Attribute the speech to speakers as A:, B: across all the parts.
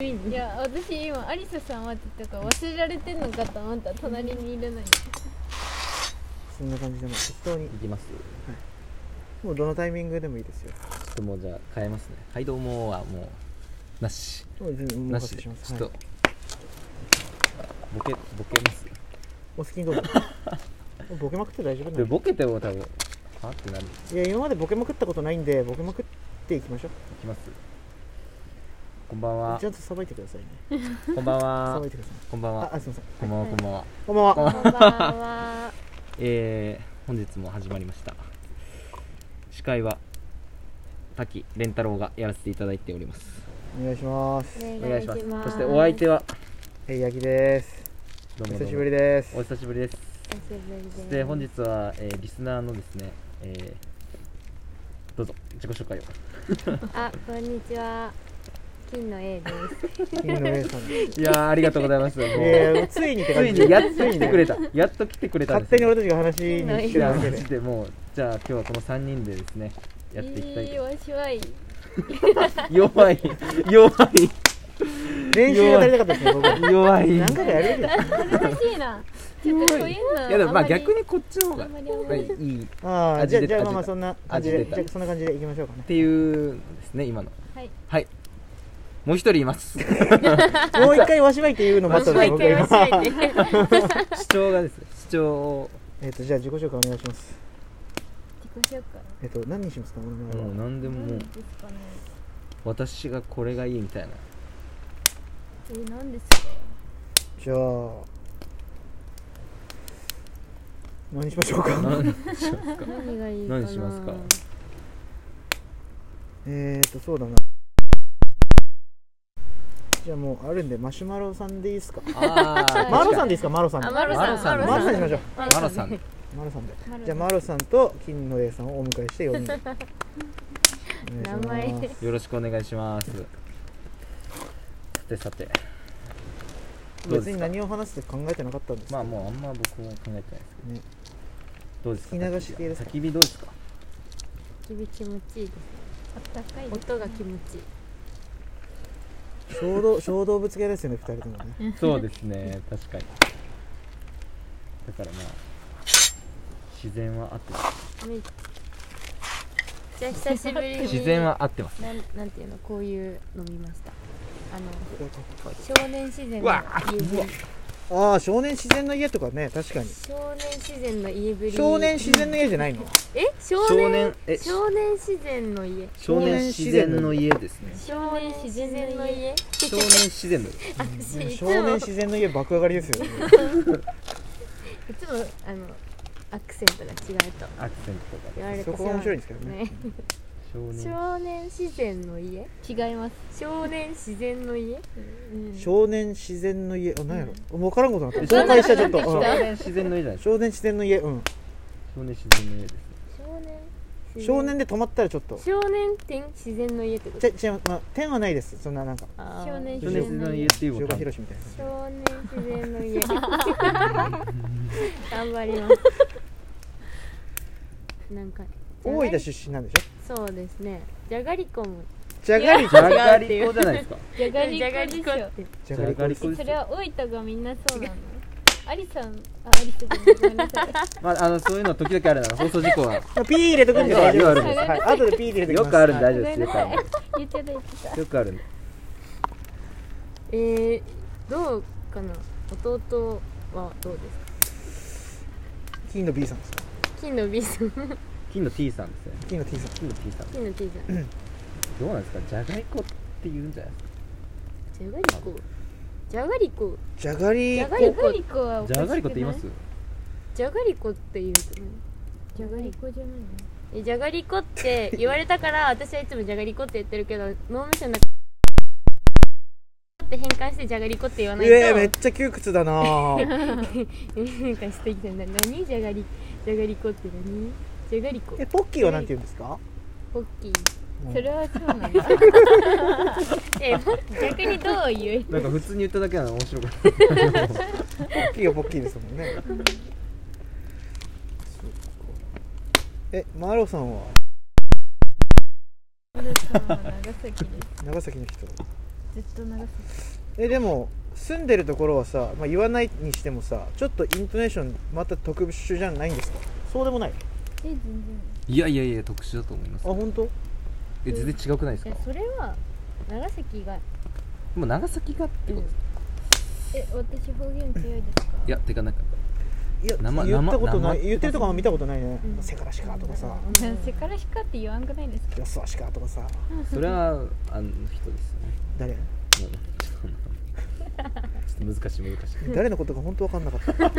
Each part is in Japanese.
A: いや私今アリサさんはって言ったから忘れられてんのかと思ったら隣にいる のに
B: そんな感じでもう適当に
C: いきます
B: もうどのタイミングでもいいですよ
C: ちょっともうじゃあ変えますねはいどうもはもうなし
B: もう全然も
C: な
B: う
C: し
B: 発
C: で
B: し
C: ちょ
B: ま
C: っ
B: す、
C: と、
B: はい、
C: ボケボケます
B: お好きに どうぞボケまくって大丈夫な
C: で
B: んで
C: ボケても多分はってなるい
B: いや今までボケまくったことないんでボケまくっていきましょ
C: きますこんばん
B: う
C: は
B: ちゃんとさばいてくださいね
C: こんばん
B: さ
C: は
B: ばいてください
C: こんばん
B: あ
C: は
B: あすいません
C: こんばんはこんばんは
B: こんばんは
A: こんばんは
C: えー、本日も始まりました司会は滝蓮太郎がやらせていただいております
B: お願いします
A: お
C: お願いします
A: 願い
C: そしてお相手は
B: えいやきです
C: どう
B: お
C: もどうも
B: 久しぶりです
C: お久しぶりです
A: お久しぶりです
C: そして本日は、えーリスナーのですね、えーどうぞ自己紹介を
A: あこんにちは金の A です
B: 金の 上さんです
C: いやーありがとうございます もう
B: いやいやついにって
C: つ
B: 感
C: い
B: じ
C: にやっと来てくれたやっと来てくれたん
B: 勝
C: です
B: 手に
C: よ
B: 俺たちが話に来てるわけ
C: いやマジ
B: で
C: でもうじゃあ今日はこの3人でですねやっていきたい
A: えー
C: と
A: わしはい
C: 弱い弱い
B: 練習が足りなかったですね 僕は
C: 弱いい
B: 何回かやれるよ
A: 難しいなちょっとこういうの
C: やでもまあ
A: んり
C: 逆にこっちの方が
A: あんまりあん
C: ま
A: ま
C: あい
A: り
C: いっ
B: ああじゃあ
C: 味出た
B: じゃあまあまあ
C: 味出た
B: そんな感じでじ
C: 味出た
B: ゃあそんな感じでいきましょうかね
C: ていうのですね今の
A: はい
C: はいもう一人います
B: もう一回わしばいって言うの待った
C: わ
B: で
C: しばい
B: 僕
C: て
B: 今
C: 主張がですね主張を
B: えっとじゃあ自己紹介お願いします
A: 自己紹介
B: えっと何にしますかお名前
C: もう
B: は
C: 何でもも
A: 何
C: う
A: ですかね
C: 私がこれがいいみたいな
A: えー何です
B: じゃあ何しましょう か
C: 何します
A: か
C: か
A: 何がいいかな
C: 何しますか
B: えっとそうだなじゃあもうあるんでマシュマロさんでいいですか
C: あー
B: マロさんでいいですかマロさんで
A: あマロ
C: さ
A: さ
C: ん
A: ん
B: マロさんにしましょう
C: マロさん
B: マロさんで
A: マロさん
B: じゃあマロさんと金の A さんをお迎えして4人お願いします
A: 名前
C: よろしくお願いしますさてさてどうですか
B: 別に何を話すって考えてなかったんですけど
C: まあもうあんま僕も考えてないですけど、
B: ね
C: どうですか
B: 聞き流し系ですか
C: 焚き火どうですか
A: 焚き火気持ちいいですねあったかい音が気持ちいい
B: 小動小動物系ですよね2人とも ね
C: そうですね確かにだからまあ自然は合ってます
A: めっちゃ久しぶりに
C: 自然は合ってます
A: なんなんていうのこういう飲みましたあの
B: う
A: 少年自然の家ぶり
B: ああ少年自然の家とかね確かに
A: 少年自然の家ぶり
B: 少年自然の家じゃないの
A: え少
C: 少
A: 年
C: 年え
A: 少年自然の家
C: 少年自然の家ですね
A: 少年自然の家
C: 少年自然の家
A: 私いつ
B: 少
A: も
B: 年自然の家爆上がりですよね
A: いつもあのアクセントが違うと
C: アクセントとか
A: 言われてし
B: そ
A: まう
B: こが面白いんですけどね
A: ね
C: 少年
A: 少年自然の家
D: 違います
A: 少年自然の家
B: 少年自然の家あ何やろ、もう分からんことになった
C: 少
B: 崩
C: 年
B: 壊したちょっと、
C: 少
B: うん
C: 年自然の家じゃない
B: 少年自然の家うん
C: 少年自然の家ですね
A: 少年自然
B: 少年で止まったらちょっと
A: 少年点自然の家ってこと
B: ちゃ違う、まあ、点はないですそんななんか
A: あー
D: 少年
C: 少年自然の家っていう
B: 塩
C: ボタ
B: 川
C: ン
B: 博みたいな
A: 少年自然の家 頑張りますなんか
B: 大分
A: じ
B: 出身なんでしょ
A: ゃがりそうですねじゃがりこも
B: じゃがり
C: じゃがりこじゃないですか
D: じゃがり
A: じゃが
D: こ
A: り
D: で
A: こ
D: しょ
A: って
B: じゃ
C: じ
B: が
C: ゃ
B: りこ
C: がりこです
D: そ
C: よ
D: れは大分がみんなそうなのアリさんあアリさんじゃないごめんなさい
C: まああのそういうの時々あるな放送事故 は
B: まあピー入れとくんで大丈夫です、
D: よく
B: はい、後でピー入れときま
C: よ
B: す
C: くあるんで
B: はい
C: 大丈夫ですよくあるん
D: 言ってた言ってた
C: でよくあるんで
A: えー、どうかな弟はどうですか
B: 金の B さんですか
A: 金の B さん
C: 金の T さんですね
B: 金の T さん
C: 金の T さん
A: 金の T さんじ
C: どうなんですかじゃがりこって言うんじゃないですか
A: ゃがりこじゃがりこ
B: じゃがり
A: じゃが
D: じゃ
A: りこ
D: がりこはおかし
C: じ
D: くな
C: ゃがりこって言います
A: じゃがりこっていうとね
D: じゃがりこじゃないの
A: えじゃがりこって言われたから私はいつもじゃがりこって言ってるけど脳みその中って変換してじゃがりこって言わないと
B: えー、めっちゃ窮屈だなぁ
A: 変換してきたんだ何じゃがりじゃがりこって何じゃが りこ
B: えポッキーはなんて言うんですか
A: ポッキー
D: それはそうなんだ
A: え逆にどう言う
C: なんか普通に言っただけなの面白かっ
B: ポッキーはポッキーですもんねそっかえマロさんは
D: 皆さんは長崎です
B: 長崎の人
D: ずっと流す
B: えでも住んでるところはさ、まあ、言わないにしてもさちょっとイントネーションまた特殊じゃないんですかそうでもない
D: え全然
C: いやいやいや特殊だと思いま
B: あ
C: す
B: 本当
C: え全然違くないです
A: い
C: か
A: やそれは長崎が
C: もう長崎がってことですか
D: え私方言強いですか
C: いやてかなんか
B: いや
C: 生
B: 言ったことな
C: 生
B: い言ってるとこも見たことないね
A: う
B: 「
A: ん
B: せからしか」とかさ
A: うん
D: セカラシカって言わんくないですか
B: 「よっそしか」とかさ
C: それはあの人ですよね
B: 誰
C: もうちょっとあのちょっと難しい難しい
B: 誰のことか本当分かんなかっ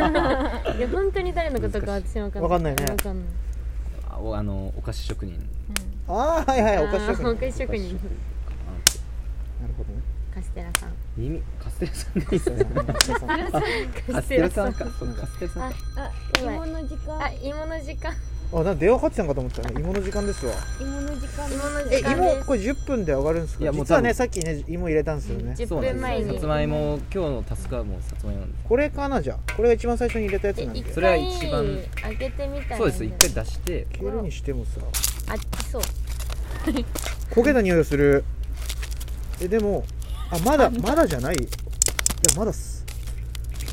B: た
A: いや本当に誰のことか私も
B: わかんないね
A: わかんない
C: あおあのお菓子職人
B: ああはいはいお菓子
A: あーお
B: 職人
A: 菓子
C: お
A: 職人
C: 菓子職人
B: なるほどね
A: カステラさん
C: 耳カステラさんがいいっす
B: そう
C: ね
B: ですね
C: カステラさんかそうカステラさんか
D: あ
A: うまい
D: 芋の時間
A: あ芋の時間
B: あなんか電話かかってたんかと思ったね芋の時間ですわ
D: 芋の時間
A: 芋の
B: え
A: 時間で
B: 芋これ10分で上がるんです
C: い
B: か
C: やもう
B: 実はね
C: 多分
B: さっきね芋入れたんですよね
A: 10
C: そうなん
A: 分前
C: ですよ
A: に
C: さつまいも今日のタスクはもうさつまいもなんです
B: これかなじゃあこれが一番最初に入れたやつ
A: え
B: なんで
A: 一
C: それは
A: 回
C: 一番
A: 開けてみたら
C: そうです一回出して
B: 消えるにしてもさ
A: あそう
B: 焦げた匂いがするえでもあまだまだじゃないいやまだっす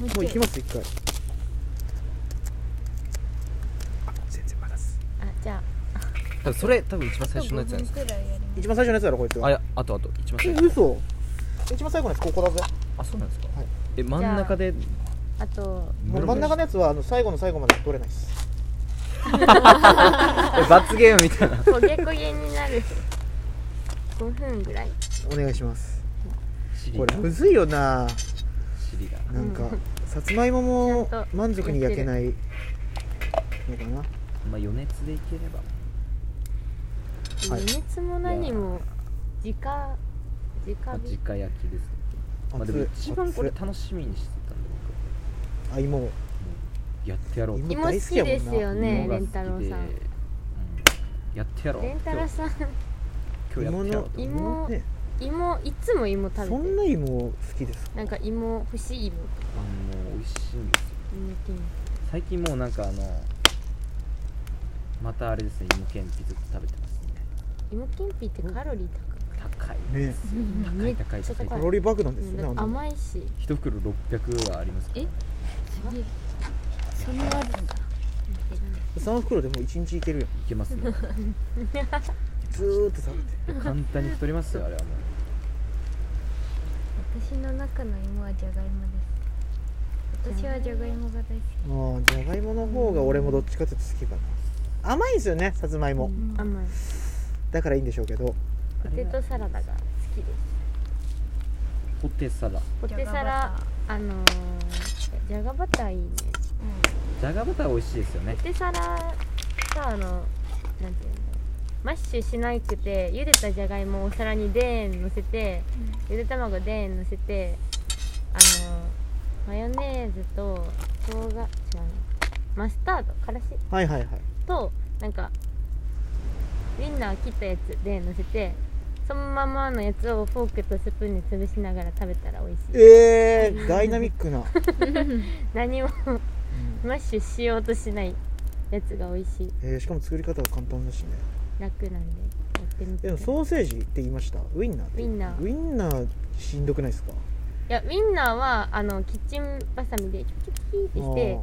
B: もう行きます一回あ全然まだっす
A: あじゃ
C: 多分それ多分一番最初のやつなんです
D: くらいやりま
B: 一番最初のやつだろこいつ
C: あい
B: は
C: やあとあと一番
B: え
C: 最初
B: 嘘一番最後のやつここだぜ
C: あそうなんですか
B: はい
C: え真ん中で
A: ああと
B: もう
C: ブロ
B: 真
C: ッ
B: ん
C: ク
B: 中のやつはあの最後の最後まで取れないっす
C: え罰ゲームみたいな
A: 焦げ焦げになる5分ぐらい
B: お願いします
C: 尻
B: こ
C: が
B: れむずいよな
C: 尻が
B: なんかさつまいもも
A: ちゃんと
B: 満足に焼けないのかな
C: まあ余熱でいければ
B: はい
A: 余熱も何も直直
C: まあ
A: 火
C: 直焼きですまあでも一番これ楽しみにしてたんで
B: あ芋を
C: 僕やってやろう
B: 芋
A: 芋好
B: 大好き
A: き
B: やもん
A: で
B: な
A: すよね
C: 芋が
A: レ
C: 好き
A: ン
C: で
A: タロウさん
C: うんやってやろう
A: レンタロウさん
C: 今日今
B: 芋
C: 日やってやろ
B: の
C: うと
A: 芋
B: ね
A: 芋いつも芋
B: そ
A: 食べ
B: ん
A: て
B: な芋好きですか
A: なんか芋欲しい芋
C: あのもう美味しいんですよ
A: 芋けん
C: 最近もうなんかあのまたあれですね芋けんぴずっと食べてますね
A: 芋けんぴってカロリー高く
C: 高い
B: ね
C: 高い高い
A: めっちゃ
C: 高い
B: カ
A: 高い
B: ロリー爆弾ですよね
A: なん
B: あ
A: か
B: の
A: 甘いし
C: 一袋600はありますから
D: えすげえそんなあるんだ
B: 3袋でもう1日いけるよ
C: いけますね
B: ずーっと食べて
C: 簡単に太り ますよあれはもう
D: 私の中の芋はじゃがいもです私はじゃがいもが大好
B: もうじゃがいもの方が俺もどっちかっていうと好きかな甘いんですよねさつまいも、
A: うん甘い
B: だからいいんでしょうけど
A: ポテトサラダが好きです
C: ポテサラ
A: ポテサ
D: じゃが
A: ラあのーじゃがバターいいね
C: じゃがバター美味しいですよね
A: ポテサラさあのなんていうのマッシュしなくて茹でたじゃがいもをお皿にでーんのせてゆで卵でーんのせてあのマヨネーズと生姜違うなマスタードからし
B: はいはいはい
A: となんかウインナー切ったやつでーんのせてそのままのやつをフォークとスプーンで潰しながら食べたら美味しい
B: えー、ダイナミックな、
A: 何もマッシュしようとしないやつが美味しい
B: えーしかも作り方は簡単だしね
A: 楽なんでやってみて
B: でも
A: い
B: ソーセージって言いましたウインナーって
A: ウインナー
B: ウインナーしんどくないですか
A: やウインナーはあのキッチンバサミでキュキュキュってしてあ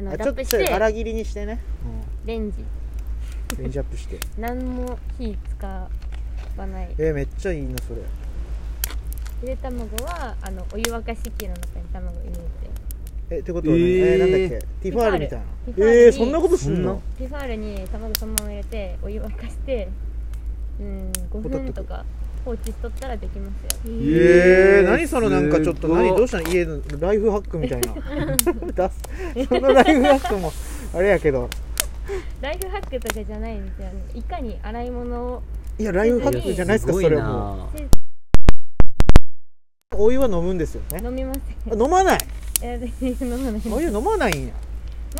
B: あー
A: の
B: あ
A: ラ
B: ちょ
A: ッ
B: っ
A: プし
B: と
A: て
B: 荒切りにしてね、
A: レンジ
B: うん、レンジアップして
A: 何も火使わない
B: えー、めっちゃいいなそれ
A: ゆで卵はあのお湯沸かし器の中に卵入れて
B: えってことはね、え
C: えー
B: ーなんだっけティファールみたいな
A: ティファール
B: えー、そんなことすん
C: そん
B: の
C: な
A: ティファールに卵そのまま入れてお湯沸かしてうん5
B: ほたっと
A: 分
B: く
A: とか放置しとったらできますよ
D: きです
B: え
C: え
B: ー、
C: ー
B: 何そのなんかちょっと
C: すごい
B: 何どうしたの家のライフハックみたいな 出すそのライフハックもあれやけど
A: ライフハックとかじゃないんですよねいかに洗い物を
B: いやライフハックじゃないですか
C: ご
B: それ
C: な
B: もうお湯は飲むんですよね
A: 飲みます
B: あ飲まない
A: いや全然飲まない
B: お湯飲まないんや、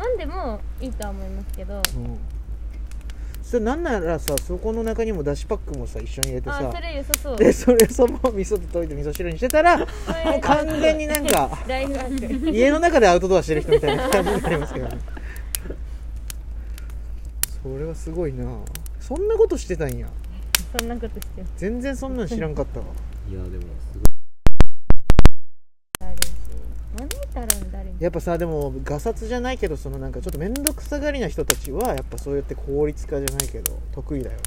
A: 飲んでもいいとは思いますけど
B: うん、それなんならさそこの中にもだしパックもさ一緒に入れて
A: あ
B: さ
A: それ良さ そう
B: でそれそのまま味噌と溶いて味噌汁にしてたらも
A: これ
B: う完全になんか
A: ライフハック
B: 家の中でアウトドアしてる人みたいな感じになりますけどねそれはすごいなそんなことしてたんや
A: そんなことしてます
B: 全然そんなん知らんかったわ
C: いやでもすご
A: 洗うんだあれ
B: やっぱさでもガサツじゃないけどそのなんかちょっと面倒くさがりな人たちはやっぱそうやって効率化じゃないけど得意だよね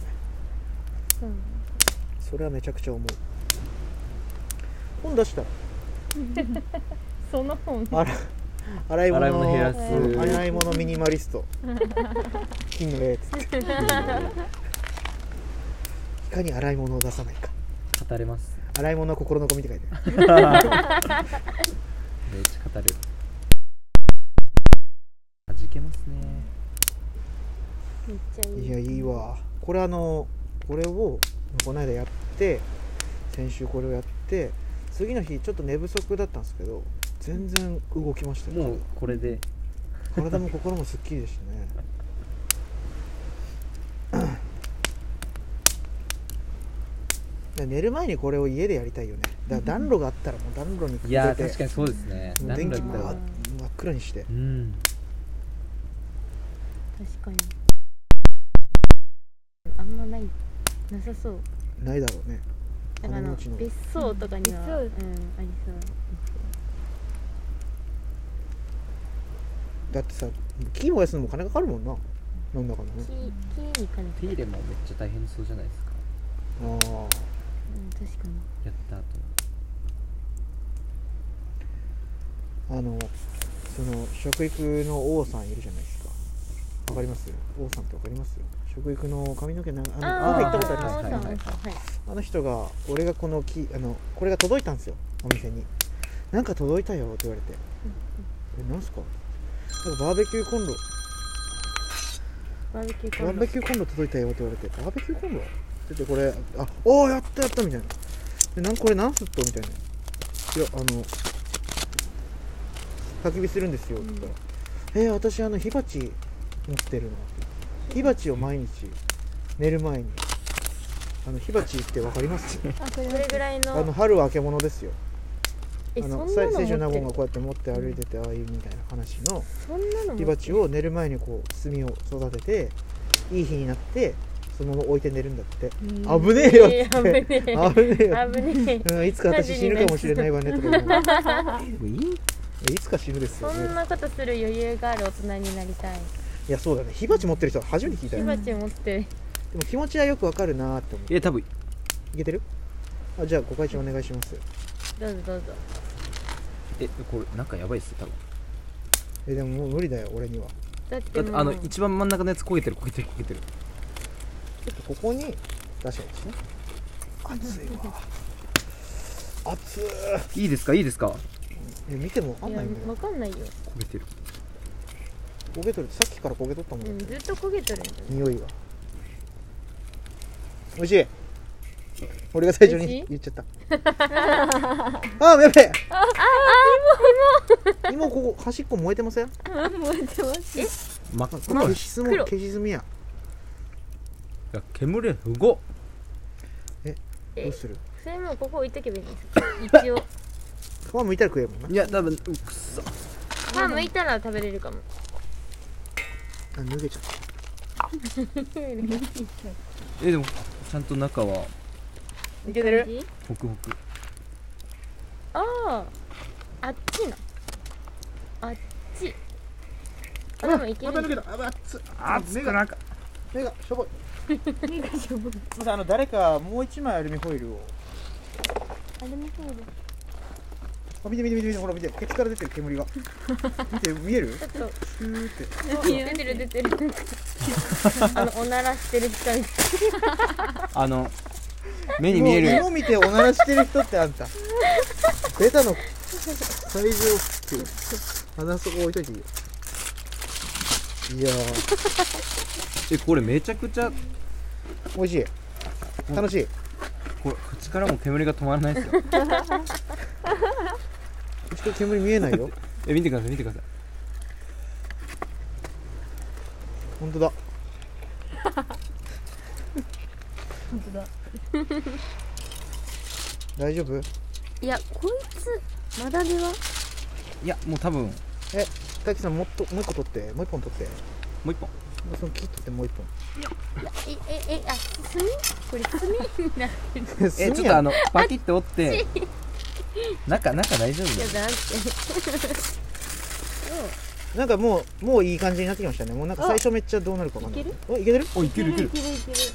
A: そう
B: それはめちゃくちゃ思う本出した
A: その本
B: あら洗い物
C: 洗い物減らす
B: うん洗い物ミニマリスト金の例つって いかに洗い物を出さないか
C: 語れます
B: 洗い物は心のゴミって書いてある
C: めっちゃ語るはじけますね
A: めっちゃいい
B: いやいいわこれあのこれをこの間やって先週これをやって次の日ちょっと寝不足だったんですけど全然動きましたよ
C: もうこれで
B: 体も心もすっきりでしたねで寝る前にこれを家でやりたいよねだから暖炉があったらもう暖炉にく
C: いやー
B: て
C: 確かにそうですね
B: もう電気
C: なんだ
B: 真
C: った
B: っ
C: ら
B: 真っ暗にして
C: うん
A: 確かにあんまないなさそう
B: ないだろうね
A: だからあ
B: 金
A: の
B: 持ちの
A: 別荘とかには、うん、
D: う
A: あ
D: ん
A: りそう
B: だってさ木燃やすのも金かかるもんななんだかんだね
A: 木木に金か
C: 手入れもめっちゃ大変そうじゃないですか
B: ああ
A: うん確かに
C: やった後
B: あのその食育の王さんいるじゃないですかわかります王さんってわかります食育の髪の毛なあのカフェ行ったことあります
C: す
A: ー
C: はいはいはい
A: そうそう
B: あの人が俺がこの木あのこれが届いたんですよお店になんか届いたよって言われてえなんすかなんかバーベキューコンロ
A: バーベキュ
B: バ
A: ーコン
B: ー
A: ロ
B: ベキューコンロ届いたよって言われてバーベキューコンロって言ってこれあおおやったやったみたいなでなんこれ何すっとみたいないやあの焚き火するんですよって言ったら、えー私あの火鉢持ってるの火鉢を毎日寝る前にあの火鉢って分かります
D: あこれ
A: それぐらい
B: あの
A: の
B: 春はあけものですよ
A: え
B: あ
A: そんな
B: の
A: の
B: さい清少納
A: 持っ
B: 言
A: てる
B: がこうやって持って歩いててああいうみたいな話の
A: そんなの持
B: 火
A: って
B: 鉢
A: る
B: を寝る前にこう炭を育てていい日になってそのまま置いて寝るんだ って危ねえよ
A: え
B: って
A: 危ねえ
B: 危ねえ よ、
A: 危 ねえ
B: うん、いつか私死ぬかもしれないわねとか言うの
C: でもいい
B: いつか死ぬです
A: そ
B: よ
A: ん
B: ね
A: なことする余裕がある大人になりたい
B: いやそうだね火鉢持ってる人は初めて聞いた
A: 火
B: よ
D: うん
B: で
A: 鉢持ってる
B: も気持ちはよくわかるなーって思う
C: え多分
B: いけてるあじゃあご会長お願いします
A: どうぞどうぞ
C: えこれなんかやばいっすよ多分
B: えでももう無理だよ俺には
A: だっ
C: だ
A: て
C: っ
A: も
C: て
A: う
C: あの一番真ん中のやつ焦げてる焦げてる焦げてる
B: ちょっとここに出したいですね熱いわ熱い
C: いいですかいいですか焦
B: いや見てもわか
A: い
B: ん
A: や
B: ないんだよ
A: わかんないよ、
C: げてる
B: 焦げとるさっきから焦げとったもん
A: う
B: だっ
A: ん、
B: て
A: ずっと焦げとるんだよ
B: 匂いが美味しい俺が最初
A: 美味し
B: に
A: い
B: 言っちゃったあーやべえああ芋芋ここ端っこ燃えてません
D: あ燃えてます
C: 真っ
B: あ
C: 黒
B: 消
C: い
B: し済み
A: 黒
B: 消し済みや
C: や煙すごっ
A: え
B: どうする
A: それもうここ置いとけばいいんですか一 応
B: 皮むいたら食えるもんない
C: や多分うくそ
A: まあ剥いたら食べれるかも
B: あ脱げちゃっ
C: えでもちゃんと中は
B: たいけてる
C: ホクホク
A: あああっちなあっちあでもいけ
B: あ
A: る
B: ぶけたあぶ熱っ
C: 熱くなんか
B: 目がしょぼい
D: 目がしょぼい
B: まだあの誰かもう一枚アルミホイルを
D: あれもそうだ
B: あ見て見て見て見てほら見てケツから出てる煙が見て見える
A: ちょっと
B: シューって
A: 出てる出 てるあのおならしてる人
C: あの目に見える
B: もう見ておならしてる人ってあんたベタの最上服鼻そこ置いといていいよいやー
C: えこれめちゃくちゃ
B: 美味しい楽しい
C: これ口からも煙が止まらないです よ
B: うちと煙見えないよ
C: え見てください見てください
B: 本当だ
D: 本当だ
B: 大丈夫
A: いやこいつまだではい
C: やもう多分も
B: 滝さんもっともう一個取ってもう一本取って
C: う一本
B: その木取ってもう一
A: えええあ炭これ炭にな
B: 本
C: えちょっ
B: 炭
C: と
B: や
C: あ
B: ん
C: のパキッて折って中中大丈夫だ
A: や
C: よ
A: だなって
B: なんかもうもういい感じになってきましたねもうなんか
D: あ
B: 最初めっちゃどうなるかわかんない
D: いける
B: おいけてる
C: おいけるいけ
D: い
C: る
D: けるいける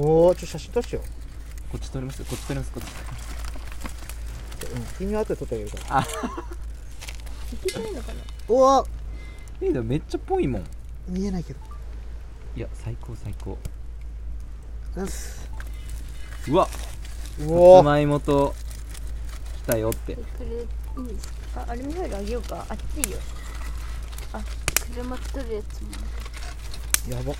B: おおちょっと写真撮してよ、
C: こっち撮りますこっち撮りますこっち撮りま
B: う
C: す
B: ん、君は後で撮ってあげるから
D: いけてないのかな
B: おお
C: えでもめっちゃぽいもん
B: 見えないけど
C: いや最高最高
B: うっす
C: うわ
B: う
C: さ
B: お
C: つまいもと来たよって
D: これいいですかあアルミホイルあげようかあっちいよあ車取るやつも
B: やば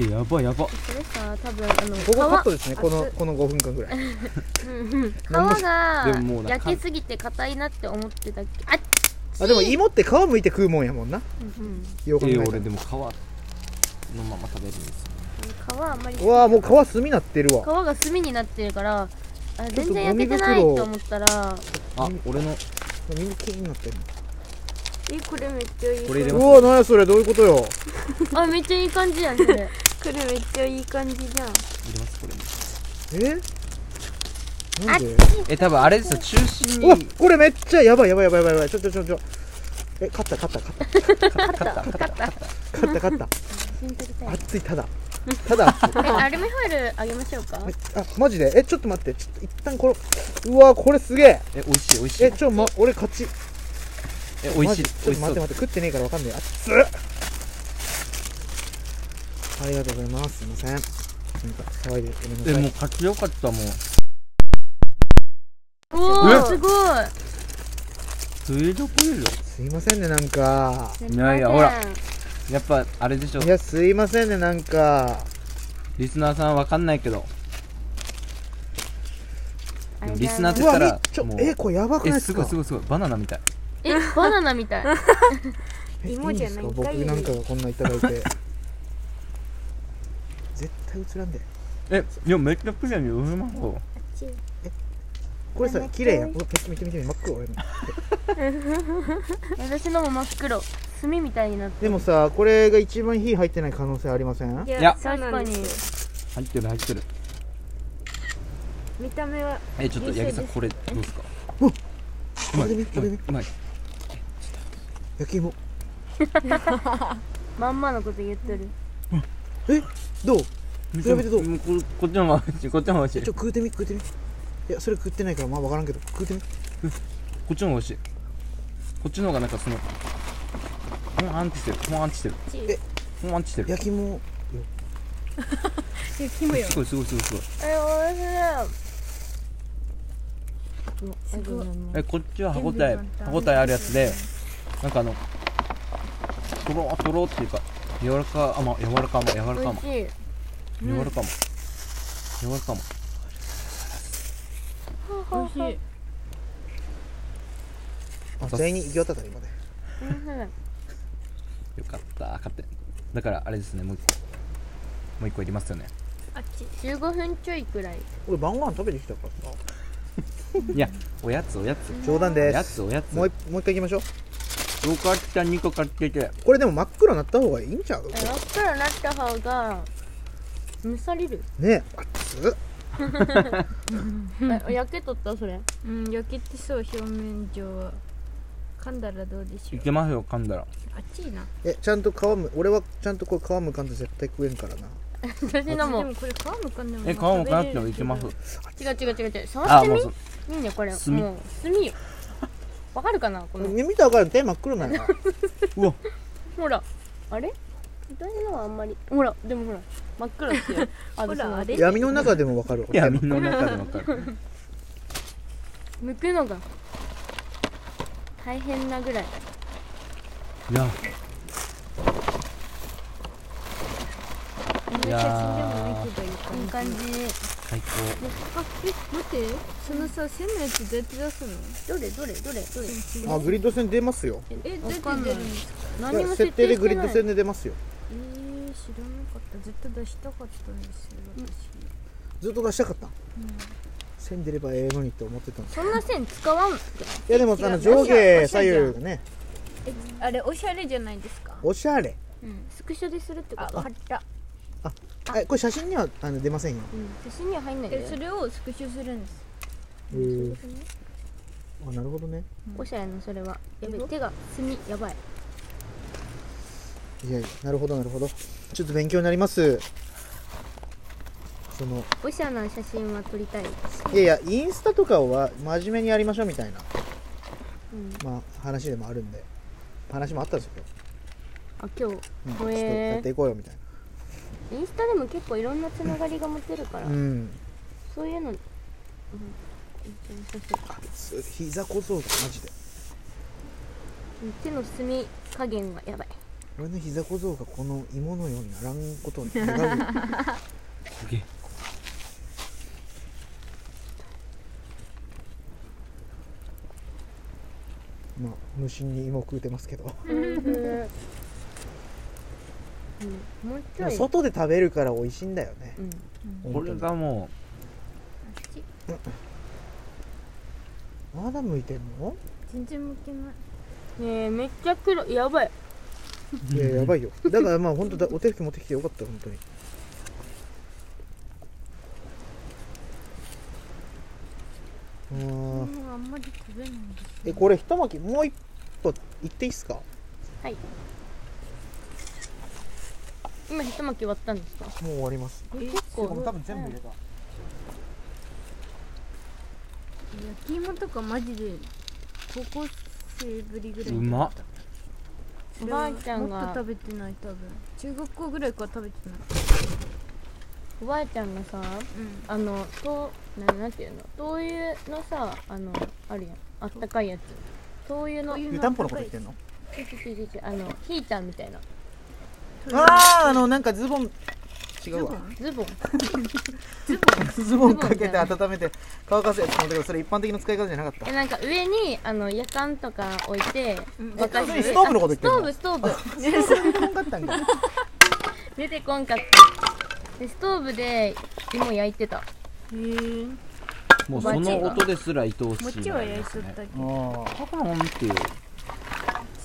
C: えやばやば
A: これさ多分あの
B: ここカッ
A: 皮
B: トですねこのこの5分間ぐらい
A: うん皮
C: でももう
A: が
C: な
A: 焼けすぎて硬いなって思ってたっけあっ
B: あでも芋って皮むいて食うもんやもんな
A: うん
B: よく考え
C: え
B: たら
C: 俺でも皮のまま食べるんですよ
A: 皮あんまり
B: うわーもう皮炭になってる
A: 皮
B: わ
A: が炭になってるからあ
B: ちょっと
A: 全然焼けてないと思ったら
C: あ俺の
B: みんな気になってる
D: えこれめっちゃいい
C: これ入れ
B: う
C: ます
B: わー何やそれどういうことよ
A: あめっちゃいい感じやんそれ
D: これめっちゃいい感じじゃん
C: 入れますこれに
B: えなんで
C: え多分あれですよ中心
B: うわ
C: に
B: これめっちゃやばいやばいやばいやばいやばいちょちょちょちょえ勝った勝った勝っ
C: 勝った勝った勝った
B: た勝った勝った
A: 写真撮りたい
B: 熱いただただ熱い
A: えアルミホイルあげましょうか
B: えあマジでえちょっと待ってちょっと一旦このうわーこれすげえ
C: え美味しい美味しい
B: えちょま俺勝ち
C: え美味しい
B: マジちょっ
C: 美味
B: と待っ
C: しそう
B: て待って食ってねえからわかんねえ熱っありがとうございますすいませんなんか騒いでごめんなさ
C: え
B: い
C: もう勝ちよかったもう
A: お
C: え
A: おすごい
C: それどこよりよ
B: すいませんねなんか
C: いやいやほらやっぱあれでしょ
B: いやすいませんねなんか
C: リスナーさんわかんないけど
A: あれだよ
C: リスナー
B: う
C: と
B: わめっちゃ
C: もう
B: えこれやばくない
C: え
B: です
C: す
B: か
C: ごいすごいすごいバナナみたい
A: えバナナみたい
B: え
D: 芋じゃない
B: んですか僕なんかがこんなんいただい て絶対映らんで
C: えいやめっちゃプレミうまそ
B: これ
D: め
B: さ
D: っちゃ
B: 綺麗やんうわペッ見て見て見て真っ黒俺の
A: 私のも真っ黒炭みたいになって
B: でもさこれが一番火入ってない可能性ありません
D: いや
C: いや
D: そうなんですよ
C: う入ってる入ってる
D: 見た目は
C: えちょっと八木さんこれどうですか
B: うん
C: うま
B: これ
C: いう
B: ねこれね
C: まい
B: 焼き芋
A: まんまのこと言ってる
B: えどう
C: 比
B: 比べてどう
C: ここっちの方が美味しいこっちの方が美味
B: ちょ
C: しいこ
B: 食うてみ食うてみいやそれ食ってないからまあ分からんけど食うてみ
C: っちの方が美味しいこっちの方がなんかそのもうアンチしてるもうアンチしてるもうアンチしてる
B: 焼き芋よ
D: いやキムよ
C: すごいすごいすごいすごい
A: えおいしい
D: すごい
C: えこっちは歯応え歯応えあるやつでなんかあのとろとろっていうか柔らかあま柔らかも柔らか
A: 美味
C: も
A: しい
C: 柔らかも柔らかも
D: 美味しい
B: あ全員に行き渡ったら今で
C: よかった勝ってだからあれですねもう一個もう一個いりますよね
D: あっち
A: 15分ちょいくらい
B: 俺晩ご飯食べてきたからさ
C: いやおやつおやつ
B: 冗談
C: お
B: で
C: や
B: す
C: つおやつ
B: もう一もう一回行きましょう
C: どうかきちゃん2個買ってきて
B: これでも真っ黒になった方がいいんちゃう
A: 真っ黒になった方が蒸される
B: ねえ熱っ
A: え焼けとったそれ
D: うん焼けてそう表面上は噛んだらどうでし
C: い
D: ょう
C: けますよ噛んだら
D: あっちいな
B: えちゃんと皮む俺はちゃんとこれ皮むかんと絶対食えんからな
A: 私のも
D: でもこれ皮むかんでも
C: え皮も買ってもいけます
A: 違う違う違う違う触っ
C: あ
A: て
C: も
A: み
C: うそ
A: いいねこれ
C: 炭
A: もう炭よわかるかなこの
B: 耳と分かる手真っ黒なんや
C: うわ
A: ほらあれ私のはあんまりほらでも ほら真っ黒ですよ
D: ほ
A: 私の
D: らあれ
B: 闇の中でも分かるわ
C: 闇の中でわかる
A: 剥くのが大変なぐらい
C: いや
D: めっちゃ死んでもないけどいいか
A: いい感じ
C: 最高
D: あえ待ってそのさ線のやつどうやって出すの
A: どれどれどれどれ
B: あグリッド線出ますよ
D: えどうや
A: わか
D: っ
A: ん
D: て
A: な
D: 出る
A: い
D: んですか
A: 何も
B: 設
A: 設
B: 定
A: 定
B: で
A: し
B: グリ
A: て
B: ッド
A: ない
B: 線で出ますよ
D: えー、知らなかったずっと出したかったんですよ私
B: ずっと出したかった、線出ればええのにって思ってたんです
A: そんな線使わんって
B: いやでもあの上下左右がね
D: えあれおしゃれじゃないですか
B: おしゃれ
A: スクショでするってこ
D: あ
A: と
D: 貼った
B: えこれ写真にはあの出ませんよ
A: うん写真には入んない
D: え
A: で
D: それをスクショするんです
B: へえあなるほどね
A: おしゃやのそれはやべ
D: 本当
A: 手が墨やばい
B: いやいやなるほどなるほどちょっと勉強になりますその
A: おしゃな写真は撮りたい、
B: いやいやインスタとかは真面目にやりましょうみたいな、
A: うん、
B: まあ、話でもあるんで話もあったんですよ
A: あ今日
B: 今日、うん、ちょ
A: へー
B: っとやっていこうよみたい
A: インスタでも結構いろんなつながりが持てるから、
B: なうん
A: そういうの、うん、
B: す膝小僧マジで
A: 手の墨加減がやばい
B: 俺の膝小僧がこの芋のようにならんことに願うよ
C: すげえ
B: まあ無心に芋食うてますけど
A: うん、もうち
B: で
A: ょ
B: も
A: い、
B: 外で食べるから美味しいんだよね
A: うん、
C: これがも
B: まだ向いてんの
D: 全然向けない
A: ねえめっちゃ黒いやばい
B: いややばいよだからまあ本当だお手拭き持ってきてよかった本当に
D: も
B: うーん
D: うあんまり食べないんです
B: えこれ一巻きもう一個いっていいっすか
A: はい今一巻き割ったんですか
B: もう終わります
A: 結構
B: 多分全部入れた
D: 焼き芋とかマジで高校生ぶりぐら
C: う
D: いう
C: まっ
A: おばあちゃん
D: もっと
A: が
D: 食べてない多分中学校ぐらいから食べてない
A: おばあちゃんがさ
D: うん
A: あのとななんていうの灯油のさあのあるやんあったかいやつ灯油の
D: 湯
B: 湯たんぽのこと言ってんの
A: ちょちょちょちょあのヒーターみたいな
B: あああのなんかズボン違うわ
A: ズボン
B: ズボンかけて温めて乾かすやつなんだけどそれ一般的な使い方じゃなかった
A: えなんか上にあの夜間とか置いて
D: うん
A: 沸か
B: えそれ
A: し
B: ストーブのこと言ってんの
A: あストーブストーブ
B: よかったんだよ
A: 出てこんかったでストーブで芋焼いてた
D: へえ
C: もうその音ですら愛おしい
D: 餅は焼いとったけど
B: ああ
C: パパンっていう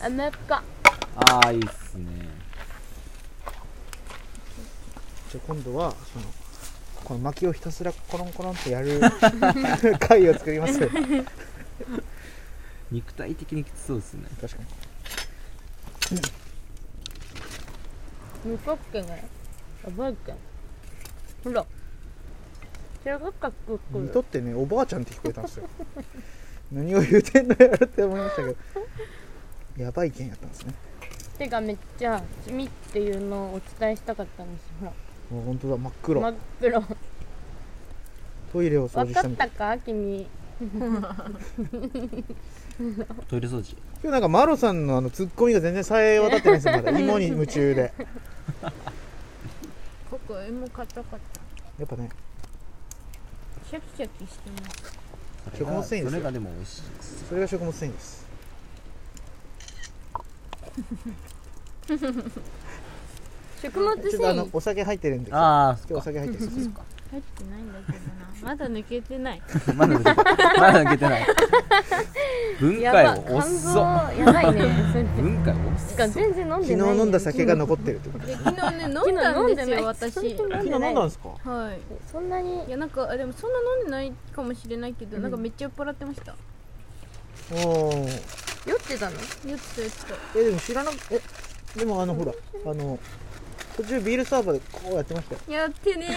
A: あめっか
C: ああいいっすね
B: じゃあ今度はそのこの薪をひたすらコロンコロンってや る回を作ります確か
C: 肉体的にきつそうですね
B: に
A: 無角形がやばいけんほら中学校
B: 見とってねおばあちゃんって聞こえたんですよ何を言うてんのやろって思いましたけどやばい件やったんですね
A: 手がめっちゃみっていうのをお伝えしたかったんですほら
B: もう本当だ真っ黒、
A: 真っ黒
B: トイレを掃除
A: 分
B: し
A: か
B: た
A: っ
B: みた
A: た
B: い
A: か君
C: トイレ掃除
B: 今日なんかマロさんのあのツッコミが全然さえ渡ってないですよま だ芋に夢中で
D: ここ芋硬かった
B: やっぱね
D: シャキシャキしてます
B: 食物繊維ですよ
C: それがでも美味しいです
B: それが食物繊維です
A: 食物
B: ちょ
A: 繊
B: っとあの
A: 維
B: お酒入ってるんで今
C: ああ
B: 日お酒入ってるんですよ
D: 入ってないんだけ どなまだ抜けてない
C: まだ抜けてないまだ抜けてない分
A: や
C: 解
A: ば
C: を
A: 肝臓
C: 遅っ
A: やばいねそれ
C: 分解を遅
A: しかも全然飲んでない
B: 昨日飲んだ
A: 昨
B: 酒が残ってるってことです
D: 昨日ね飲んだんですよ私
A: 昨日飲ん
B: 昨日飲
A: でない昨
B: ん
A: 日飲
B: だ
A: んだ
B: ん
A: ん
B: ですか
D: はい
A: そんなに
D: いやなんかあでもそんな飲んでないかもしれないけど、
A: うん
D: なんかめっちゃ酔っ払ってました
B: おおー
A: 酔ってたの
D: 酔ってた酔ってた
B: えでも知らなくえでもあのほらあの途中ビールサーバーでこうやってましたよ
D: やってね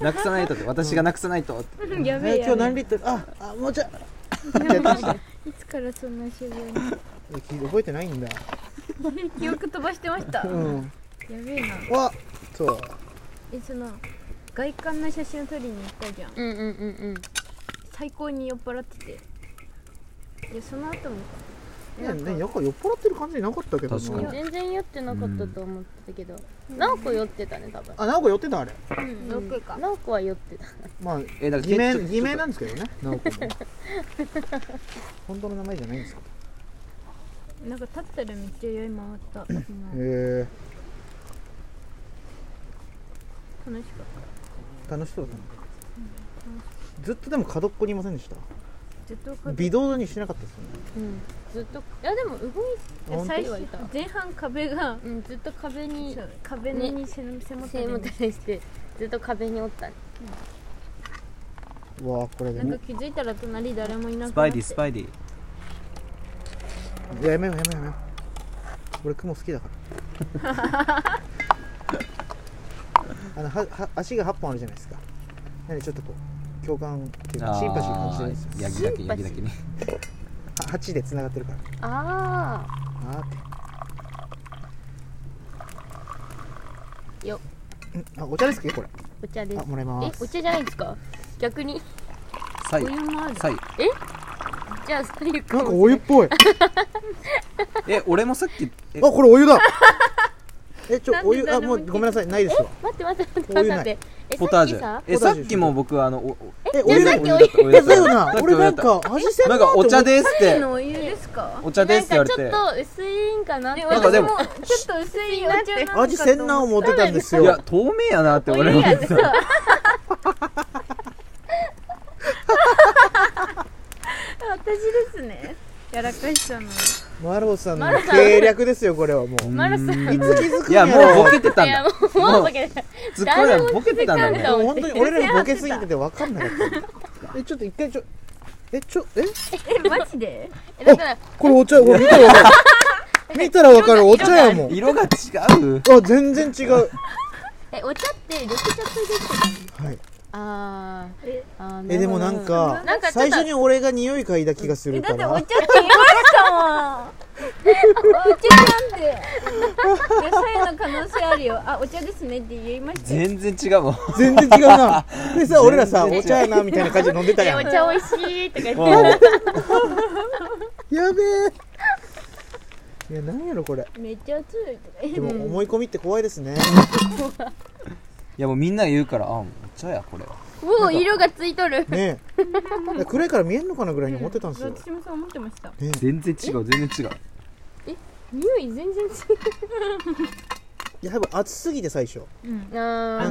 C: なくさないとって私がなくさないとって
D: ー やべえやべえ
B: え今日何リットルああもうちょいってやってました
D: いつからそんな渋谷に
B: え聞い覚えてないんだ
D: 記憶飛ばしてました、
B: う
D: や
B: ん
D: べえな
B: わそう
D: えその外観の写真を撮りに行ったじゃん
A: うんうんうん
D: 最高に酔っ払ってていやその後も
B: いやねなんか酔っ払ってる感じなかったけどな
C: 確
A: う
C: か
A: ん
C: に
A: 全然酔ってなかったと思ってたけど直子酔ってたね多分
B: あなんか酔ってたあれ
D: うんどこか
A: 直子は酔ってた
B: まあ
C: えだから
B: 偽名
C: ちょっと
B: 偽名なんですけどね直子も本当の名前じゃないんですか
D: なんか立ったらめっちゃ酔い回った今
B: へえ
D: 楽しかっ
B: 楽しそうだなずっとでも角っこにいませんでした
D: たずっとか
B: 微動だにしてなかったですよね
A: うんずっといやでも動い
B: あ本当
D: 最
A: は
D: 初
A: いた
D: 前半壁が
A: うんずっと壁に
D: そう壁にせ背もた
A: 背
D: れ
A: も
D: に
A: たれしてずっと壁におったね
B: うわこれで
D: なん
B: も
D: か気づいたら隣誰もいな
E: ス
D: くなって
E: パイディスパイディ
B: いややめようやめようやめよう俺雲好きだから あのはは足が8本あるじゃないですかなんでちょっとこう共感っていうかシンパシー感じてるんですよ
C: ヤギだけヤギだけね
B: は8でつながってるから
A: ああ
B: あーって
A: よ
B: んあお茶ですかこれ
A: お茶です
B: あもらいま
A: え
B: す
A: お茶じゃないんですか逆に
E: サイ
D: お湯もある
E: サイ
A: じゃあスパイク
B: なんかお湯っぽいあ
E: え俺もさっきえ
B: これお湯だえちょ
D: なんで
B: お湯あ
D: 誰
B: も
D: も
B: うごめんなさいないですわ
A: 待って待って待って
B: お湯
A: 待
B: ない
A: ってえ
E: ポタージュ
A: さっきさ
E: えさっきも僕あのおお
B: え
A: じゃあ
B: お湯だ
A: さっ
B: よ
A: きお湯
E: お
B: え
E: 湯だ
B: だよ
E: さ
B: な
E: っきお
B: 俺
E: 湯だ
B: な
E: っ
B: ん
E: た
B: か味せん
E: な
B: なん
E: かお茶
B: す
E: ですっ
D: タイ
E: て
D: のお湯ですか
E: お茶ですって言われ
A: な
E: て
A: んかちょっと薄いんかなって
D: ね
E: なんか
D: 私
E: で
D: も
E: も
D: ちょっと薄いお茶なのかと思った
B: 味せんな思ってたんです
E: い
B: よ
E: や透明やなって俺も思ってた
D: 私ですねやらかしたの
B: マロさんの計略ですよこれはもう
A: マロさん
E: う
A: い
E: ー
B: い
E: ん
B: つ気づく
E: い
B: んや
E: や
B: ろ
E: もうボケてたん
A: や
E: だ
A: もうもうわけない
E: ツッコミはボケてたんだ
A: 誰も気づかんだ
E: ね
A: わ
B: もう本当に俺らボケすぎてて分かんなかったえちょっと一回ちょえちょえ
D: えマジで
A: えだから
B: これお茶ほら見たら分かる見たら分かるお茶やもん
E: 色が違う
B: あ全然違うは
A: えお茶って緑茶ついてきてる
B: い
A: あー
D: え
A: あー
B: えでもなんか
A: なんかちょっ
B: 最
A: と
B: 初に俺が匂い嗅いだ気がす
D: え
B: る
D: だ
B: か
D: って
B: ら
D: お茶って言いましたもんお茶なんで野菜の可能性あるよあお茶ですねって言いましたよ
E: 全然違うわ
B: 全然違うなでさ俺らさ
E: 全然違
B: お
E: う
B: 茶やなみたいな感じで飲んでた
A: え
B: やん
A: お
B: や
A: 茶おいしいとか言って
B: べえいやなんやろこれ
D: めっちゃ熱いとか言って
B: でも思い込みって怖いですね
E: いやもうみんな言うからあもうお茶やこれは
A: もう色がついとる
B: ねえだから暗いから見えんのかなぐらいに思ってたんですよ、
D: 私もそう思ってました
B: ねえ
E: 全然違う全然違う
A: 匂い全然違
B: いや多分暑すぎて最初
D: うん
A: うな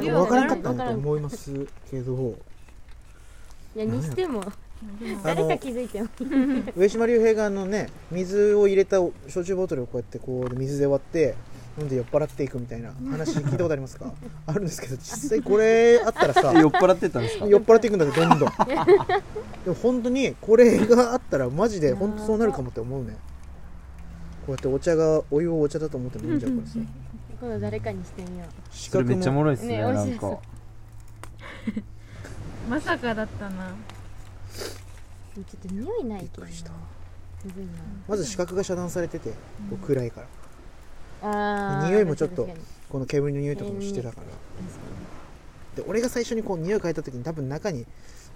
B: なん
A: ん
B: か分からんかったなと思いますけど
A: いやにしても誰か気づいても
B: 上島竜兵があのね水を入れた焼酎ボトルをこうやってこう水で割って飲んで酔っ払っていくみたいな話聞いたことありますかあるんですけど実際これあったらさ
E: え酔っ払ってたんですか
B: 酔っ払っていくんだけどどんどんでも本当にこれがあったらマジで本当そうなるかもって思うねこうやってお茶がお湯をお茶だと思って飲んじゃうからさ
A: 今度誰かにしてみよ
B: 視
E: それ
B: 覚
E: めっちゃお
B: も
E: もろいっすね
A: ね
E: な
A: 美味
E: ん
A: しそう
E: か
D: まさかだったな
A: うちょっと匂いない
B: び
A: け
B: っ
A: ど
B: く
A: な
B: りした
A: むずい
B: まず視覚が遮断されててこう暗いから
A: なあー
B: 匂いもちょっと
A: 確かに
B: この煙の匂いとかもしてたからで俺が最初にこう匂い嗅いだ時に多分中に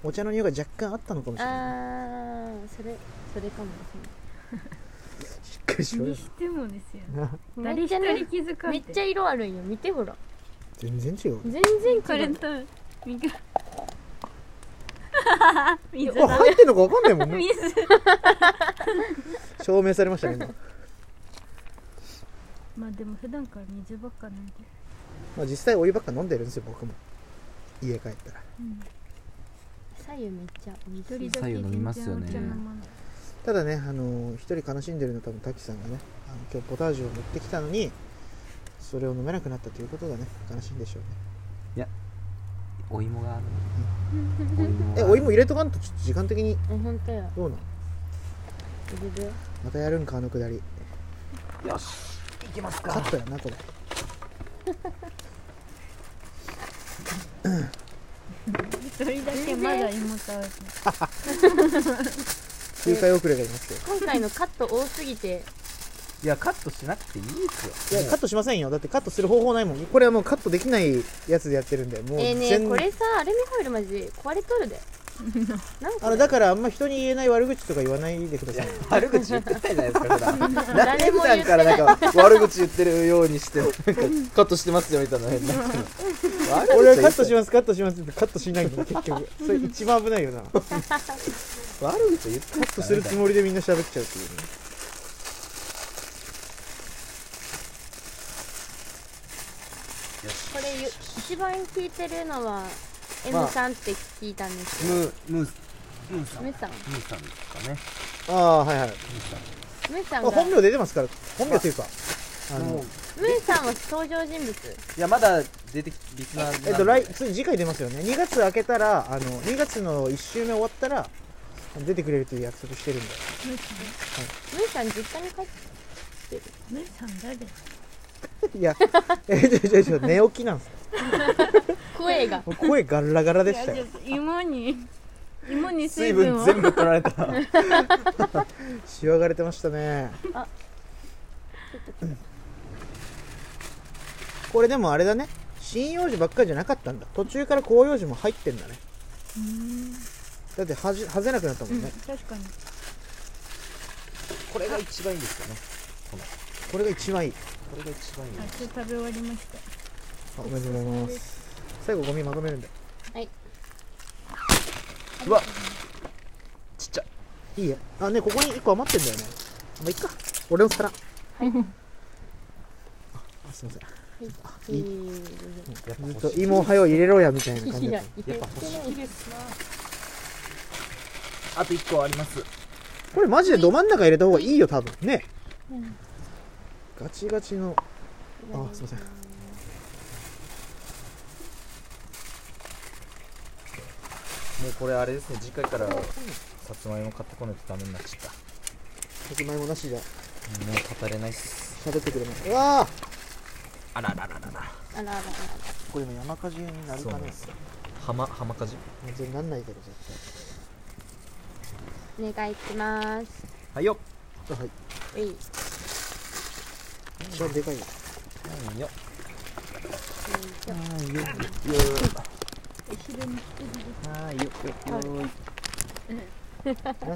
B: お茶の匂いが若干あったのかもしれない
A: あーそれそれかもし
B: しっかりしろよ
D: にしてもですよ
A: れない
D: 誰一人気づかん
A: めっちゃ色あるんよ見てほら
B: 全然違う
A: 全然
D: これ
A: 違う
D: とみか 水
B: あ入ってんのか分かんないもんね
D: 水
B: 証明されましたね今、
D: まあでも普段から水ばっか飲んでる
B: まあ、実際お湯ばっか飲んでるんですよ僕も家帰ったら
A: 左右めっちゃ美味しい
D: 一人だ
C: 白
D: け
C: 湯飲みますよね
D: 全然お茶飲まない
B: ただね、あのー一人悲しんでるのは多分滝さんがねあの今日ポタージュを持ってきたのにそれを飲めなくなったということがね悲しいんでしょうね
C: お芋があるお芋
B: え
C: が
B: お湯も入れとかんとちょっと時間的に
A: うんほんとや
B: どうなん
A: 入れる
B: またやるんかあのくだり
C: よしいきます
B: カ
C: か
B: ットやなこれ
D: 一人だけまだ芋食べてる
B: 9回遅れがいますけ
A: 今回のカット多すぎて
C: いやカットしなくていいです
B: どいやカットしませんよだってカットする方法ないもんこれはもうカットできないやつでやってるんでもう
A: えー、ね
B: 全
A: これさアルミホイルマジ壊れと るでなん
B: あ
A: か
B: のだからあんま人に言えない悪口とか言わないでくだ さい
C: 悪口言ってないじゃないですか普段
A: 誰も言って
E: からなんか悪口言ってるようにしてなんかカットしてますよみたいな変な
B: 俺はカットしますカットしますってカットしない んだ結局それ一番危ないよなカッ
E: 悪口言って
B: トするつもりでみんな喋っちゃうっていうね
A: これゆ一番聞いてるのは
E: まあ
A: M さんって聞いたんですけ
E: ムムースムーさ
A: ど、
E: んム
A: M さん
C: 兄さんですかね
B: ああはいはい
A: ムーさん
B: あ
A: が
B: 本名出てますから本名というか
E: も
B: あ
E: う
B: の
A: ムーさんは登場人物
E: いやまだ出てきリスナーなんで
B: えっと来つ次回出ますよね2月明けたらあの2月の1週目終わったら出てくれるという約束してるんで
A: ムーさん実家に帰って
D: ムーさん誰
B: いやえちょちょちょ寝起きなんですよ
A: 声が
B: もう声ガラガラでし
D: いやち
B: た
D: ょ
B: よ
D: っと芋に芋に水
E: 水
D: 分
E: 分
D: を
E: 全部取られた
B: しわがれてましたねこれでもあれだね針葉樹ばっかりじゃなかったんだ途中から広葉樹も入ってんだねだってはじ外せなくなったも
D: うんん
B: ね、
D: 確かに
E: これが一番いいんですよね
B: これが一番いい
E: これが一番いい
D: あちょっと食べ終わりました
B: あおめでとうございます最後ゴミまとめるんで
E: うわちっちゃ
B: いいやあねここに1個余ってんだよねまあいっか俺の皿あすいませんい
E: やっぱ
B: ずっ
E: 欲
B: と
E: しい
B: 芋はよ入れろやみたいな感じ
A: い
B: だ
A: や
B: った
A: いけてないですな
E: あと一個あります
B: これマジでど真ん中入れた方がいいよ多分ね、ガチガチのあすいません
E: もうこれあれですね次回からさつまいも買ってこないとダメになっちゃっ
B: さつまいもなしじゃ
E: たもう語れないっす
B: 喋ってくれますうわあ
E: あららららら
A: あらあらあら
B: これ今山火事になる
E: そう
B: か
E: なん
B: ね
E: ですよ浜浜火事
B: 全然なんないけど絶
A: お願いします
E: はいよ
B: 対あはい
A: えい
B: これでかいよ
E: はいよ
B: はいよ
E: はいよよよ
B: 何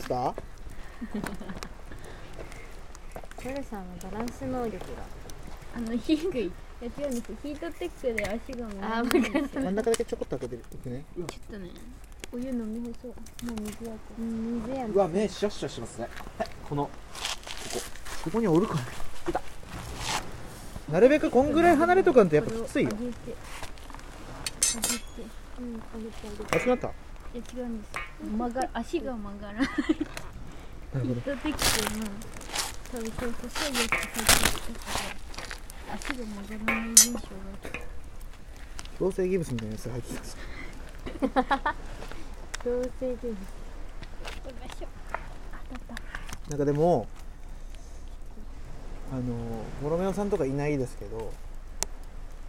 B: すか
A: ヨルさんはバランス能力が
D: あの火がやつやんですヒートテックで足がもう
A: あーわ
D: ちょ
A: かる
B: 真ん中だけちょこっと開けていくね
D: っとねお湯飲み干そうもう水はこう
A: うん水やん
E: うわ目シャッシャッしますねはいこの
B: ここにおるからなるべくこんぐらい離れとかんとやっぱきついよ
D: これを上げて上げてうん上げて上げて
B: 熱くなった
D: いや違うんです曲が足が曲 がらないヒ
B: なるほ
D: ットテックの多分そう細いやつ入ってるから足が曲がらない現象が
B: ど強制ギブスみたいなやつが入ってたんですよ
A: 強制
D: こ
A: 的
D: れがしょ
B: なんかでもあのモロメオさんとかいないですけど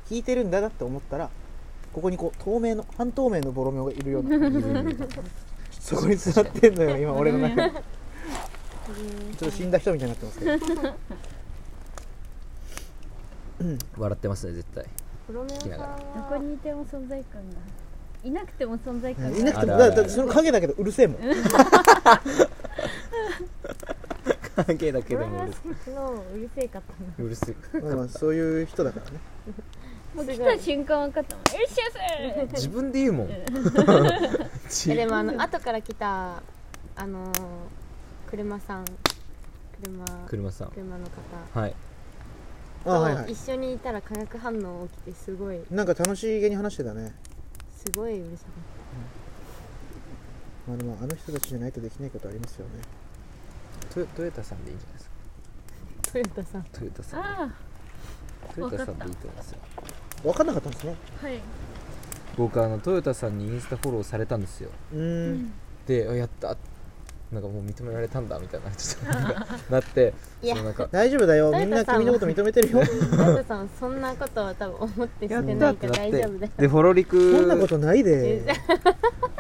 B: 引いてるんだなって思ったらここにこう透明の半透明のボロメオがいる ような感じでそこに座ってんのよ今俺の中にちょっと死んだ人みたいになってますけど
E: 笑ってますね絶 対
A: プロメオさん
D: ど
A: は
D: こにいても存在感がいなくても存在感が
B: いなくても
E: あるある
B: だだってその影だけどうるせえもん
E: 関係だけ
A: プ
E: で
A: ロ
E: も
A: メ
E: うる
A: オさんのうるせえかったな
E: うるせえ
B: まあまあそういう人だからね
D: もう来た瞬間分かったもん「エルシャス!
E: 自分 で言うもん
A: えで
E: ち
A: もあの後から来たあのー車さん車
E: 車さん
A: 車の
E: はい
B: あはい
A: 方
B: は
A: と
B: い
A: 一緒にいたら化学反応起きてすごい
B: なんか楽しげに話してたね、
A: すごいうるさかっ
B: まあ、でもあの人たちじゃないとできないことありますよね
E: トヨトヨタさんでいいんじゃないですか
A: たトヨ
E: トヨタ」
A: タさん
E: さん
D: あ
E: トヨタさんでいいと思いますよ
B: 分かんなかったんですね
D: あはい
E: 僕あのトヨタさんにインスタフォローされたんですよ
B: うーん
E: であやったなんかもう認められたんだみたいなちょっとなん かなって
A: いや
E: そのなんか
B: 大丈夫だよみん
A: 誰
B: な
A: かさんは
B: 君のこと認めてるよ
A: トヨタさんそんなことは多分思ってしてな
E: だ
A: いから大丈夫だよ
E: でフォロリク
B: そんなことないで
A: えじゃ。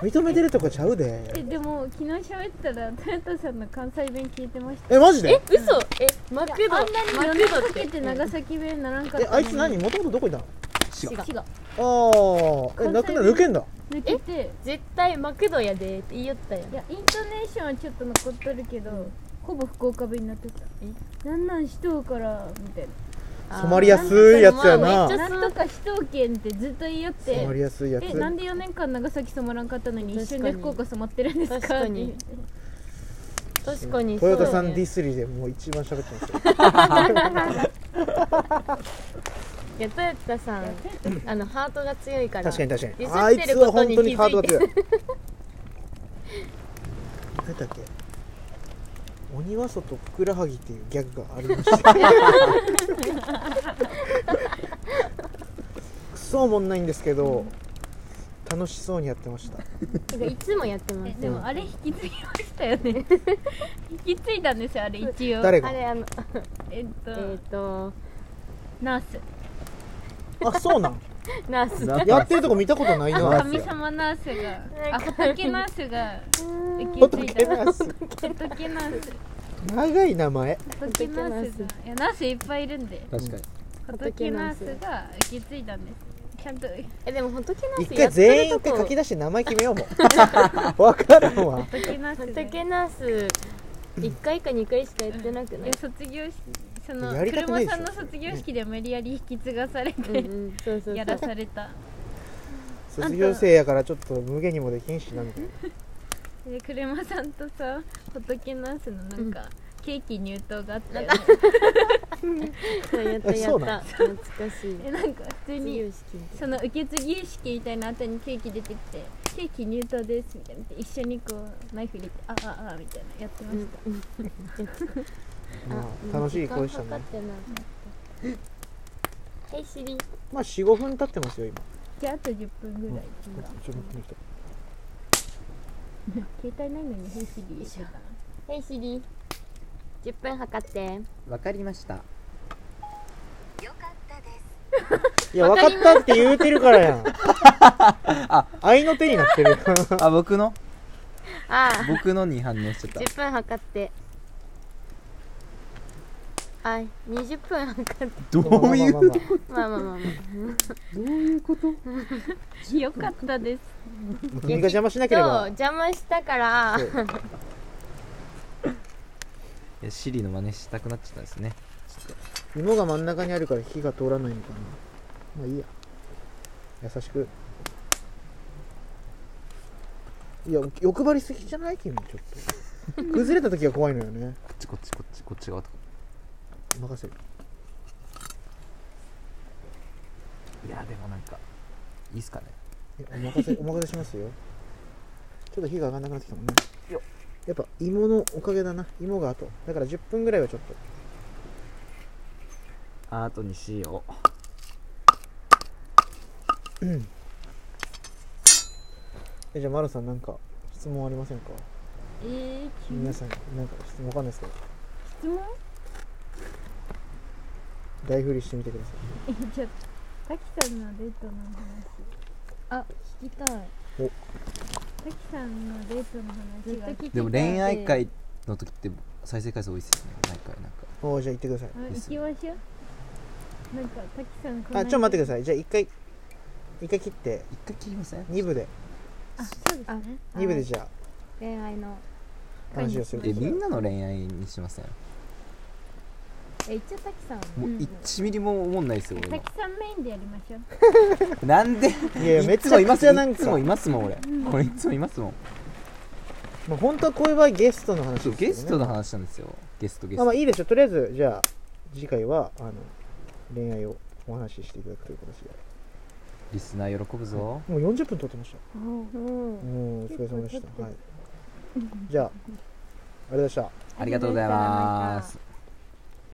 B: 認めてるとかちゃう
D: え
B: で。
D: でも昨日喋ったらトヨタさんの関西弁聞いてました
B: え、マジで
A: 嘘えマクド
D: あんなに
A: マ
D: 4
A: ク
D: 年
A: ド
D: か
A: って
D: けて長崎弁ならんかったの
B: え、
D: に
B: あいつ何もともとどこいたの
A: 違
B: あ
A: う
B: あ、え、
D: 関西弁
B: なくなる抜けんだ。
D: 抜けて
A: 絶対マクドやでって言いよったやん
D: いやイントネーションはちょっと残っとるけど、ほぼ福岡弁になってたなんなんしとうからみたい
A: あー
B: 染まりやすいやつやな
A: な
B: ん
A: か
D: な
A: でも
D: な
A: めっちゃ
D: んとかしとうけんってずっと言いよっ
B: 染
D: て
B: まりやすいやつ。
D: えなんで4年間長崎染まらんかったのに一瞬で
A: 確かに
D: 福岡染まってるんですか
A: 確かに
D: って言って
A: 確かに
B: トヨタさ
A: そ
B: ん
A: うね
B: D3 でもう一番喋ってますよ。
A: いやトヨタさんあのハートが強いから
B: 確かに確かに。
A: ディス
B: あ
A: っ
B: い
A: て
B: つ
A: るこ
B: は
A: と
B: 本
A: に
B: 当に
A: 気
B: ハー
A: づ
B: ド
A: い
B: が
A: て
B: 強い。何だっけ鬼は外ふくらはぎっていうギャグがありました くそおもんないんですけど、楽しそうにやってました
A: てかいつもやってま
D: え
A: す
D: でもあれ引き継ぎましたよね引き継いだんですよあれ一応
B: 誰
A: あ
B: が
A: れあの
D: えっと、
A: えっ、と
D: ナース
B: あそうなん
A: ナース
E: な
B: やってるとこ見たことないな
D: 神様ナースがあ仏ナースが引き継い
B: 仏
D: だ
B: ナース
D: 仏ナース
B: 長い名前
D: 仏ナースがいやナースいっぱいいるんで
E: 確かに
D: 仏ナースが引き継いだんですちゃんと
A: えでも仏ナー
B: 一
A: スや
B: 回
A: って
B: 全
A: る
B: 員
A: と
B: 一回書
A: こ
B: き出して名前決めようもうわからんわ
D: 仏ナースが
A: 仏ナース一回か二回しかやってなく
D: い
A: ない
D: や、卒業式その
B: やりたく
D: 車
B: ないでし
D: さ
B: ょ
D: んの卒業式で無理やり引き継がされ
A: うんう
D: て
A: ん、そうそうそう
D: やらされた
B: 卒業生やからちょっと無限にもできんしなみたいな
D: で車さんとさ仏ナースのなんか、ケーキ入刀があったよね
A: そうやった
B: え
A: や
B: そう
A: っ
B: な
A: た
B: ん
A: 懐かしい
D: でなんか普通
A: 卒
D: に
A: 業式みたい
D: その受け継ぎ式みたいな後にケーキ出てきて「ケーキ入刀です」みたいな一緒にこうナイフ入れて「あああ」みたいなやってました、
A: な
B: ま
A: うん
B: あ楽しい子でした
A: 時間か
B: ね
A: かってなかったはいシリ
B: まあ45分経ってますよ今
D: じゃああと10分ぐらい、
B: ちょっと待って
D: 携帯ないのにヘイシリーしてた
A: はいシリ10分測って
C: わかりました
B: いや分かったって言うてるから やん合いの手になってる
E: あ僕の
A: ああ
E: 僕のに反応してた
A: 10分測ってはい20分測って
E: どういう
B: まあまあまあまあ
A: まあまあまあ ま
D: よかったです
B: 君が邪 魔しな
A: あ
B: ければ
A: そう邪魔したから
B: そう
E: いやシリの真似したくなっちゃったですねちょっ
B: 芋が真ん中にあるから火が通らないのかなまあいいや優しくいや欲張りすぎじゃない君ちょっと崩れた時が怖いのよね
E: とこっちこっちこっちこっち側とか
B: 任せる
E: いやでもなんかいいっすかね
B: いやお任せお 任せしますよちょっと火が上がんなくなってきたもんね
E: よ
B: やっぱ芋のおかげだな芋があとだから10分ぐらいはちょっと
C: アートにしよう
B: えじゃあマロさんなんか質問ありませんか
D: えー、急に
B: 皆さんなんか質問わかんないですけど
D: 質問
B: 大振りしてみてください
D: えじゃあ滝さんのデートの話あ聞きたい
B: お
D: 滝さんのデートの話が聞
E: でも恋愛会の時って再生回数多いっすよね毎回なんか
B: おーじゃあ行ってください
D: あ行きましょうなんか滝さんこ
B: あちょっと待ってくだ
D: さい
B: さいじゃあ一回一回切って
E: 一回切りません
B: 2部で
D: あそうですね
B: 2部でじゃ
A: 恋愛の
B: あ話をする
E: え
B: こと
E: み
B: で
E: んなの恋愛にしません
A: え一応滝さん
E: もう1ミリも思んないですよ俺は
D: 滝さんメインでやりましょう
E: なんで
B: いやいやめっ
E: い
B: ち
E: つも
B: ゃ
E: い
B: く
E: ます
B: ちゃなん
E: いつ
B: か
E: もいますもん俺これいつもいますもん
B: まあ本当はこういう場合ゲストの話です
E: そう
B: よね
E: ゲストの話なんですよゲストゲス
B: ま
E: ト、
B: あまあいいでしょうとりあえずじゃあ次回はあの恋愛をお話ししていただくという形で
E: リスナー喜ぶぞ
B: もう40分撮ってました
A: うん
B: うんお疲れ様でしたはいじゃあありがとうございました
E: ありがとうございます